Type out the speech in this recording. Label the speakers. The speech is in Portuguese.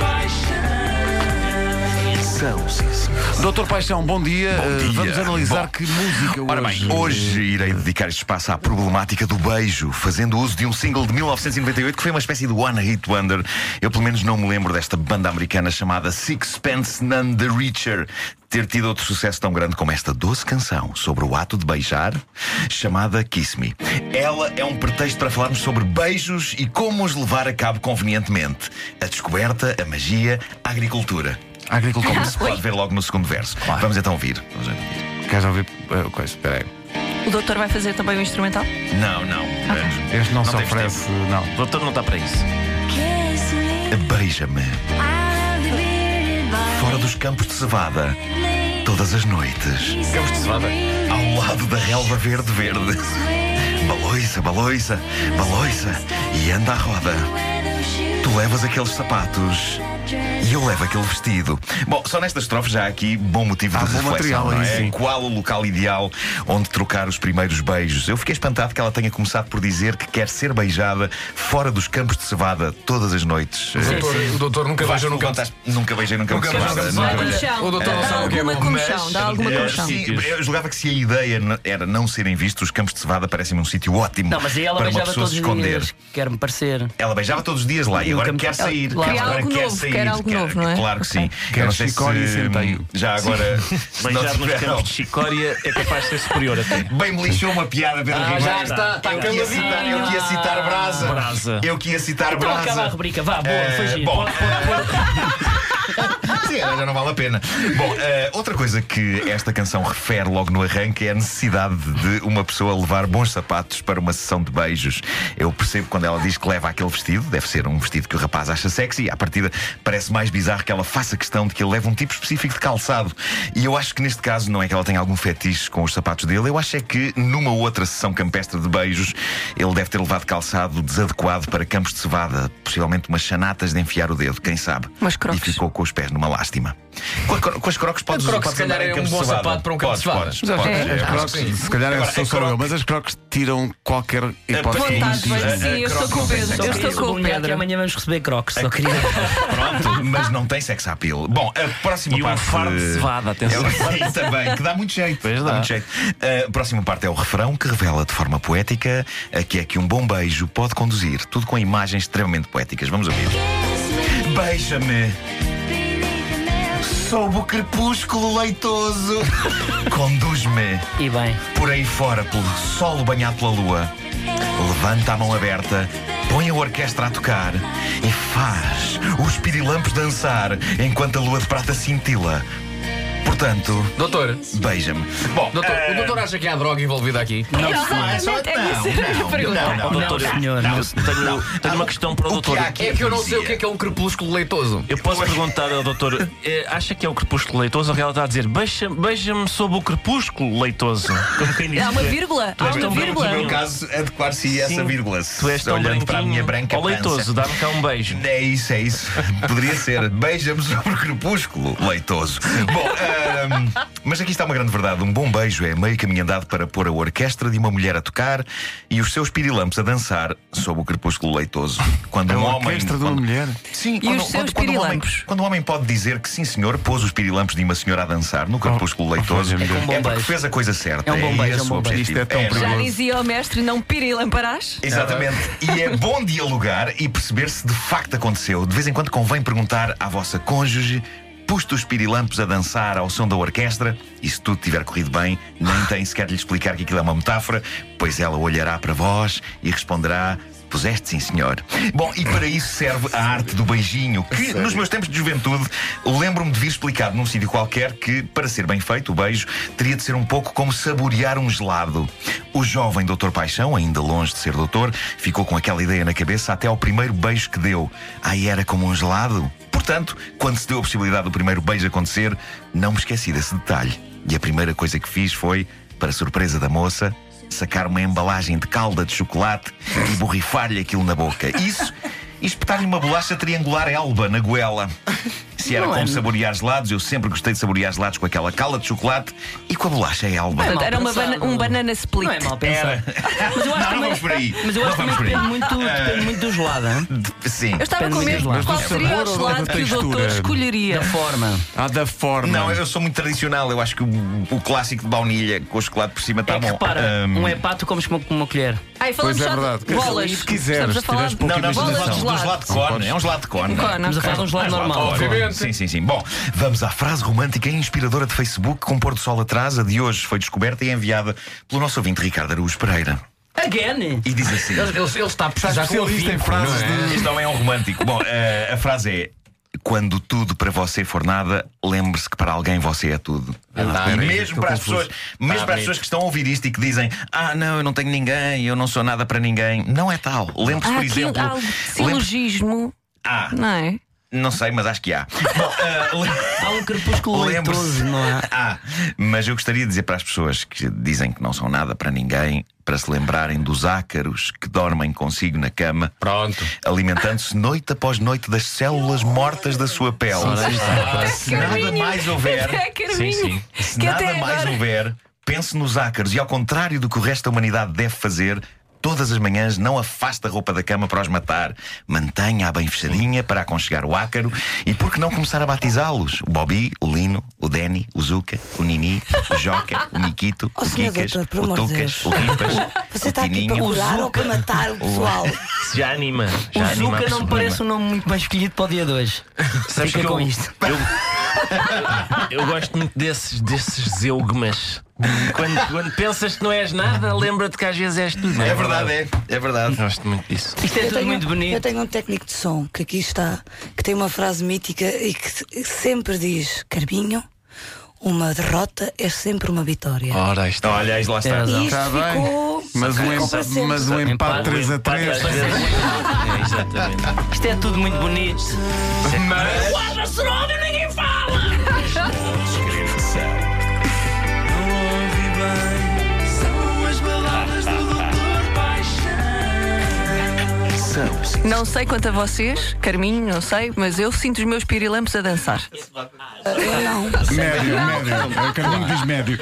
Speaker 1: Paixão.
Speaker 2: Então,
Speaker 1: Doutor Paixão, bom dia.
Speaker 2: Bom
Speaker 1: Eh,
Speaker 2: dia.
Speaker 1: Vamos analisar
Speaker 2: Bom.
Speaker 1: que música
Speaker 2: Ora
Speaker 1: hoje.
Speaker 2: bem, hoje irei dedicar este espaço à problemática do beijo, fazendo uso de um single de 1998 que foi uma espécie de One Hit Wonder. Eu, pelo menos, não me lembro desta banda americana chamada Sixpence None the Richer ter tido outro sucesso tão grande como esta doce canção sobre o ato de beijar, chamada Kiss Me. Ela é um pretexto para falarmos sobre beijos e como os levar a cabo convenientemente. A descoberta, a magia, a agricultura.
Speaker 1: A agricultura.
Speaker 2: Como se pode ver logo no segundo verso. Vamos então ouvir. Vamos então ouvir.
Speaker 1: Queres ouvir eh, coisa? Espera aí.
Speaker 3: O doutor vai fazer também um instrumental?
Speaker 2: Não, não.
Speaker 1: Este não, se
Speaker 2: temos
Speaker 1: oferece, não.
Speaker 4: O doutor não está para isso.
Speaker 2: tempo. Beija-me. Fora dos campos de cevada. Todas as noites.
Speaker 4: Campos de cevada.
Speaker 2: Ao lado da relva verde-verde. Baloiça, baloiça, baloiça. E anda à roda. Tu levas aqueles sapatos. E eu levo aquele vestido. Bom, só nesta estrofe já há aqui bom motivo
Speaker 1: Há
Speaker 2: de
Speaker 1: bom
Speaker 2: reflexão.
Speaker 1: material aí,
Speaker 2: não é?
Speaker 1: sim.
Speaker 2: Qual o local ideal onde trocar os primeiros beijos? Eu fiquei espantado que ela tenha começado por dizer que quer ser beijada fora dos campos de cevada todas as noites. Eh,
Speaker 5: doutor, o doutor nunca
Speaker 2: Vasco,
Speaker 5: beijou nunca.
Speaker 2: contaste- nunca beijei nunca
Speaker 5: Nunca
Speaker 2: me
Speaker 5: beijou,
Speaker 2: contaste.
Speaker 5: nunca
Speaker 3: Dá
Speaker 2: Nunca
Speaker 5: beijou.
Speaker 2: beijei.
Speaker 3: comichão.
Speaker 5: O doutor não
Speaker 3: Dá
Speaker 5: sabe o que é
Speaker 3: alguma
Speaker 5: bom,
Speaker 3: comichão,
Speaker 5: mas-
Speaker 3: dá alguma
Speaker 2: Eh,
Speaker 3: comichão.
Speaker 2: sim, eu julgava que se a ideia n- era não serem vistos, os campos de cevada parecem-me um sítio ótimo
Speaker 4: Não, mas aí ela
Speaker 2: para uma
Speaker 4: beijava
Speaker 2: pessoa
Speaker 4: todos
Speaker 2: se
Speaker 4: os
Speaker 2: esconder.
Speaker 4: dias. Quer-me parecer.
Speaker 2: Ela beijava todos os dias lá e,
Speaker 4: E o
Speaker 2: agora
Speaker 4: campo-
Speaker 2: quer sair.
Speaker 4: Claro.
Speaker 2: Ela agora
Speaker 3: Quer algo novo, quer algo novo, não é?
Speaker 2: Claro que sim.
Speaker 1: Quer
Speaker 2: Eu não sei
Speaker 1: chicória e
Speaker 2: se
Speaker 1: centeio.
Speaker 2: já agora. se não
Speaker 4: Beijar nos
Speaker 2: tiveram-
Speaker 4: campos de chicória é capaz de ser superior até.
Speaker 2: Bem me lixou uma piada, Pedro
Speaker 4: Ah,
Speaker 2: Ribeiro.
Speaker 4: já está, está
Speaker 5: É,
Speaker 2: eu, que ia
Speaker 4: acabadinho.
Speaker 2: citar, eu que ia citar brasa.
Speaker 4: Brasa.
Speaker 2: Eu que ia citar
Speaker 4: Então
Speaker 2: brasa.
Speaker 4: acaba a rubrica, vá, boa,
Speaker 2: Eh,
Speaker 4: foi giro.
Speaker 2: bom,
Speaker 4: Pode-
Speaker 2: Sim, já não vale a pena. Bom, eh, outra coisa que esta canção refere logo no arranque é a necessidade de uma pessoa levar bons sapatos para uma sessão de beijos. Eu percebo quando ela diz que leva aquele vestido, deve ser um vestido que o rapaz acha sexy. À partida, parece mais bizarro que ela faça questão de que ele leve um tipo específico de calçado. E eu acho que neste caso não é que ela tenha algum fetiche com os sapatos dele. Eu acho é que numa outra sessão campestre de beijos, ele deve ter levado calçado desadequado para campos de cevada, possivelmente umas chanatas de enfiar o dedo, quem sabe.
Speaker 3: Umas crocs.
Speaker 2: E ficou com os pés numa lástima. Com, a cro- com as crocs podes
Speaker 5: A croc,
Speaker 2: podes
Speaker 5: se calhar,
Speaker 2: andar em
Speaker 5: é um
Speaker 2: campos de
Speaker 5: bom
Speaker 2: cevada.
Speaker 5: sapato para um campo
Speaker 2: Podes,
Speaker 5: de cevada.
Speaker 2: podes,
Speaker 1: Mas
Speaker 2: podes,
Speaker 1: acho que as
Speaker 2: é,
Speaker 1: crocs,
Speaker 2: acho que sim.
Speaker 1: se calhar
Speaker 2: Agora,
Speaker 5: é
Speaker 1: sou,
Speaker 2: a
Speaker 1: sou eu,
Speaker 2: croc-
Speaker 1: mas as crocs tiram qualquer hipótese.
Speaker 2: Vontade,
Speaker 1: de
Speaker 2: vai-
Speaker 1: mentira.
Speaker 3: Sim, eu estou com o Pedro. Eu estou com o
Speaker 4: Sublinhar que
Speaker 3: Pedro.
Speaker 4: amanhã vamos receber crocs, só queria.
Speaker 2: Pronto, mas não tem sex appeal. Bom, a próxima
Speaker 4: E um
Speaker 2: parte.
Speaker 4: fardo de cevada, atenção.
Speaker 2: É um- Isso também, que dá muito jeito.
Speaker 4: Pois
Speaker 2: dá
Speaker 4: dá.
Speaker 2: muito jeito. A próxima parte é o refrão que revela de forma poética a que é que um bom beijo pode conduzir. Tudo com imagens extremamente poéticas. Vamos ouvir. Beija-me. Sob o crepúsculo leitoso. Conduz-me.
Speaker 4: E bem,
Speaker 2: Por aí fora, pelo solo banhado pela lua, levanta a mão aberta, põe a orquestra a tocar e faz os pirilampos dançar enquanto a lua de prata cintila. Portanto,
Speaker 5: Doutor,
Speaker 2: beija-me. Bom,
Speaker 5: doutor,
Speaker 2: eh,
Speaker 5: o doutor acha que há droga envolvida aqui?
Speaker 3: Exatamente, é isso era a minha pergunta.
Speaker 2: não, não,
Speaker 4: ó, doutor
Speaker 2: não,
Speaker 4: senhor,
Speaker 2: não,
Speaker 4: eu tenho,
Speaker 2: não.
Speaker 4: tenho uma questão para o
Speaker 2: O que
Speaker 4: doutor.
Speaker 2: há aqui
Speaker 5: É que eu não sei o que
Speaker 2: poesia.
Speaker 5: é que é um crepúsculo leitoso.
Speaker 4: Eu posso perguntar ao doutor, eh, acha que é o crepúsculo leitoso ou que ela está a é dizer "Beija- beija-me sob o crepúsculo leitoso? Como quem diz
Speaker 6: É
Speaker 3: Há uma
Speaker 4: que-
Speaker 3: vírgula, há uma
Speaker 4: tão branco,
Speaker 3: vírgula.
Speaker 2: No meu caso, adequar-se a essa
Speaker 4: Sim,
Speaker 2: vírgula.
Speaker 4: Tu és tão
Speaker 2: olhando para a minha branca
Speaker 4: branquinho, ó leitoso,
Speaker 2: pança.
Speaker 4: dá-me cá um beijo.
Speaker 2: É isso, é isso. Poderia ser. Beija-me sobre o crepúsculo, leitoso. Bom, ahm, mas aqui está uma grande verdade. Um bom beijo é meio caminho andado para pôr a orquestra de uma mulher a tocar e os seus pirilampos a dançar sob o crepúsculo leitoso. Quando
Speaker 1: A
Speaker 2: um homem.
Speaker 1: É orquestra de uma
Speaker 2: quando-
Speaker 1: mulher.
Speaker 2: Sim,
Speaker 3: os seus
Speaker 2: um homem,
Speaker 3: pirilampos?
Speaker 2: quando um homem pode dizer que sim, senhor, pôs os pirilampos de uma senhora a dançar no
Speaker 1: Oh,
Speaker 2: crepúsculo leitoso,
Speaker 1: olha,
Speaker 4: É com um bom
Speaker 2: porque
Speaker 4: beijo.
Speaker 2: fez a coisa certa.
Speaker 4: É um bom beijo,
Speaker 2: esse
Speaker 4: é um bom
Speaker 2: o
Speaker 4: beijo.
Speaker 2: objetivo.
Speaker 1: Isto é tão perigoso.
Speaker 3: Já dizia o mestre, não pirilamparás?
Speaker 2: Exatamente. E é bom dialogar e perceber se de facto aconteceu. De vez em quando convém perguntar à vossa cônjuge. Puste os pirilampos a dançar ao som da orquestra e se tudo tiver corrido bem, nem tem sequer de lhe explicar que aquilo é uma metáfora, pois ela olhará para vós e responderá: Puseste sim, senhor. Bom, e para isso serve a arte do beijinho, que nos meus tempos de juventude lembro-me de vir explicado num sítio qualquer que, para ser bem feito, o beijo teria de ser um pouco como saborear um gelado. O jovem Doutor Paixão, ainda longe de ser doutor, ficou com aquela ideia na cabeça até ao primeiro beijo que deu. Aí era como um gelado. Portanto, quando se deu a possibilidade do primeiro beijo acontecer, não me esqueci desse detalhe. E a primeira coisa que fiz foi, para surpresa da moça, sacar uma embalagem de calda de chocolate e borrifar-lhe aquilo na boca. Isso e espetar-lhe uma bolacha triangular elba na goela. Se era
Speaker 4: Não é-
Speaker 2: como saborear gelados, eu sempre gostei de saborear gelados com aquela cala de chocolate e com a bolacha em alba.
Speaker 3: Portanto,
Speaker 6: mal
Speaker 3: era uma
Speaker 6: pensado.
Speaker 3: bana- um banana split.
Speaker 6: Não é mal pensar. Mas eu acho
Speaker 2: Não, não
Speaker 6: também-
Speaker 2: Ah, vamos por aí.
Speaker 6: Mas eu acho
Speaker 2: Não vamos
Speaker 6: também que
Speaker 2: por aí.
Speaker 6: depende muito, depende muito do gelado, hein?
Speaker 2: De- Sim.
Speaker 3: Eu estava
Speaker 6: Depende
Speaker 3: com
Speaker 6: do
Speaker 3: medo
Speaker 1: gelado.
Speaker 3: qual
Speaker 1: Mas do
Speaker 3: seria o
Speaker 1: sabor ou da
Speaker 3: gelado que o doutor
Speaker 1: textura?
Speaker 6: da
Speaker 2: Tá
Speaker 3: escolheria.
Speaker 6: forma.
Speaker 1: Ah, da forma.
Speaker 2: Não, eu sou muito tradicional. Eu acho que o, o clássico de baunilha com o chocolate por cima está
Speaker 6: é que
Speaker 2: Tá bom. Hum.
Speaker 6: repara,
Speaker 2: Ahm,
Speaker 6: um é pato, comes com com uma colher.
Speaker 3: Ai,
Speaker 1: Pois
Speaker 3: falamos
Speaker 1: é
Speaker 3: só
Speaker 1: verdade.
Speaker 3: de bolas.
Speaker 1: Se quiseres,
Speaker 3: Estamos a falar
Speaker 1: tiras
Speaker 3: de
Speaker 2: Não, não, mas
Speaker 1: pouquinho,
Speaker 2: estamos
Speaker 1: mas
Speaker 2: a
Speaker 3: Bolas
Speaker 2: falar de
Speaker 3: de gelado.
Speaker 2: um gelado de cone. É um gelado de cone.
Speaker 3: Cone,
Speaker 6: Estamos
Speaker 3: ok.
Speaker 6: a falar de um gelado
Speaker 2: Mais lá,
Speaker 6: normal.
Speaker 2: claro.
Speaker 5: Obviamente.
Speaker 2: Sim, sim, sim. Bom, vamos à frase romântica e inspiradora de Facebook com o pôr do sol atrás. A de hoje foi descoberta e enviada pelo nosso ouvinte Ricardo Araújo Pereira.
Speaker 6: Again!
Speaker 2: E diz assim:
Speaker 5: Ele, ele- ele está a puxar já com o
Speaker 1: Especialista em frases
Speaker 5: não é?
Speaker 2: Este homem é um romântico. Bom, eh, a frase é: Quando tudo para você for nada, lembre-se que para alguém você é tudo. e mesmo para as pessoas, mesmo para as pessoas que estão a ouvir isto e que dizem: Ah, não, eu não tenho ninguém, eu não sou nada para ninguém. Não é tal. Lembre-se,
Speaker 3: Ah, Há
Speaker 2: por
Speaker 3: aqui
Speaker 2: exemplo.
Speaker 3: algo de
Speaker 2: lembre-se-
Speaker 3: silogismo,
Speaker 2: Ah,
Speaker 3: não é?
Speaker 2: não sei, mas acho que há. Bom, eh, lem-
Speaker 6: Há um crepúsculo
Speaker 2: Lembro-se.
Speaker 6: leitoso, não é?
Speaker 2: Ah, mas eu gostaria de dizer para as pessoas que dizem que não são nada para ninguém, para se lembrarem dos ácaros que dormem consigo na cama,
Speaker 5: Pronto.
Speaker 2: alimentando-se noite após noite das células mortas da sua pele. Se nada
Speaker 3: Carminho.
Speaker 2: mais houver,
Speaker 3: Até Carminho,
Speaker 4: sim.
Speaker 2: se
Speaker 3: Que
Speaker 2: nada
Speaker 3: até
Speaker 2: mais
Speaker 3: agora-
Speaker 2: houver, pense nos ácaros e ao contrário do que o resto da humanidade deve fazer. Todas as manhãs não afaste a roupa da cama para os matar. Mantenha-a bem fechadinha para aconchegar o ácaro e por que não começar a batizá-los? O Bobby, o Lino, o Danny, o Zuka, o Nini, o Joca, o Nikito,
Speaker 7: Oh,
Speaker 2: o
Speaker 7: senhor
Speaker 2: Kikas,
Speaker 7: doutor, por
Speaker 2: o
Speaker 7: amor de
Speaker 2: Tucas,
Speaker 7: Deus.
Speaker 2: o Ripas, o
Speaker 7: Você está aqui para
Speaker 2: Tininho,
Speaker 7: curar ou Ah, para matar o pessoal?
Speaker 6: É
Speaker 4: Isso já anima. Já
Speaker 6: O
Speaker 4: anima a
Speaker 6: Zuka não
Speaker 4: pessoa.
Speaker 6: me parece um nome muito bem escolhido para o dia 2.
Speaker 4: Sabes
Speaker 6: Fica
Speaker 4: que
Speaker 6: com
Speaker 4: eu,
Speaker 6: isto.
Speaker 4: Eu, eu gosto muito desses, desses zeugmas. Quando, quando pensas que não és nada, lembra-te que às vezes és tudo.
Speaker 2: É verdade, é, é verdade.
Speaker 4: Gosto muito disso.
Speaker 6: Isto é tudo muito
Speaker 7: eu
Speaker 6: bonito.
Speaker 7: tenho um técnico de som que aqui está, que tem uma frase mítica e que se- que sempre diz: Carminho, uma derrota é sempre uma vitória.
Speaker 4: Ora, isto.
Speaker 2: Olha, aí lá está.
Speaker 6: Tem É razão.
Speaker 7: e isto
Speaker 1: Oh, Está bem.
Speaker 7: ficou.
Speaker 1: Mas um,
Speaker 7: ficou para
Speaker 1: empate,
Speaker 7: sempre.
Speaker 1: mas um empate 3 a 3.
Speaker 4: É, exatamente.
Speaker 6: Isto é tudo muito bonito.
Speaker 3: Não sei quanto a vocês, Carminho, não sei, mas eu sinto os meus pirilampos a dançar.
Speaker 7: Eu não.
Speaker 1: Médio, médio. O Carminho diz médio.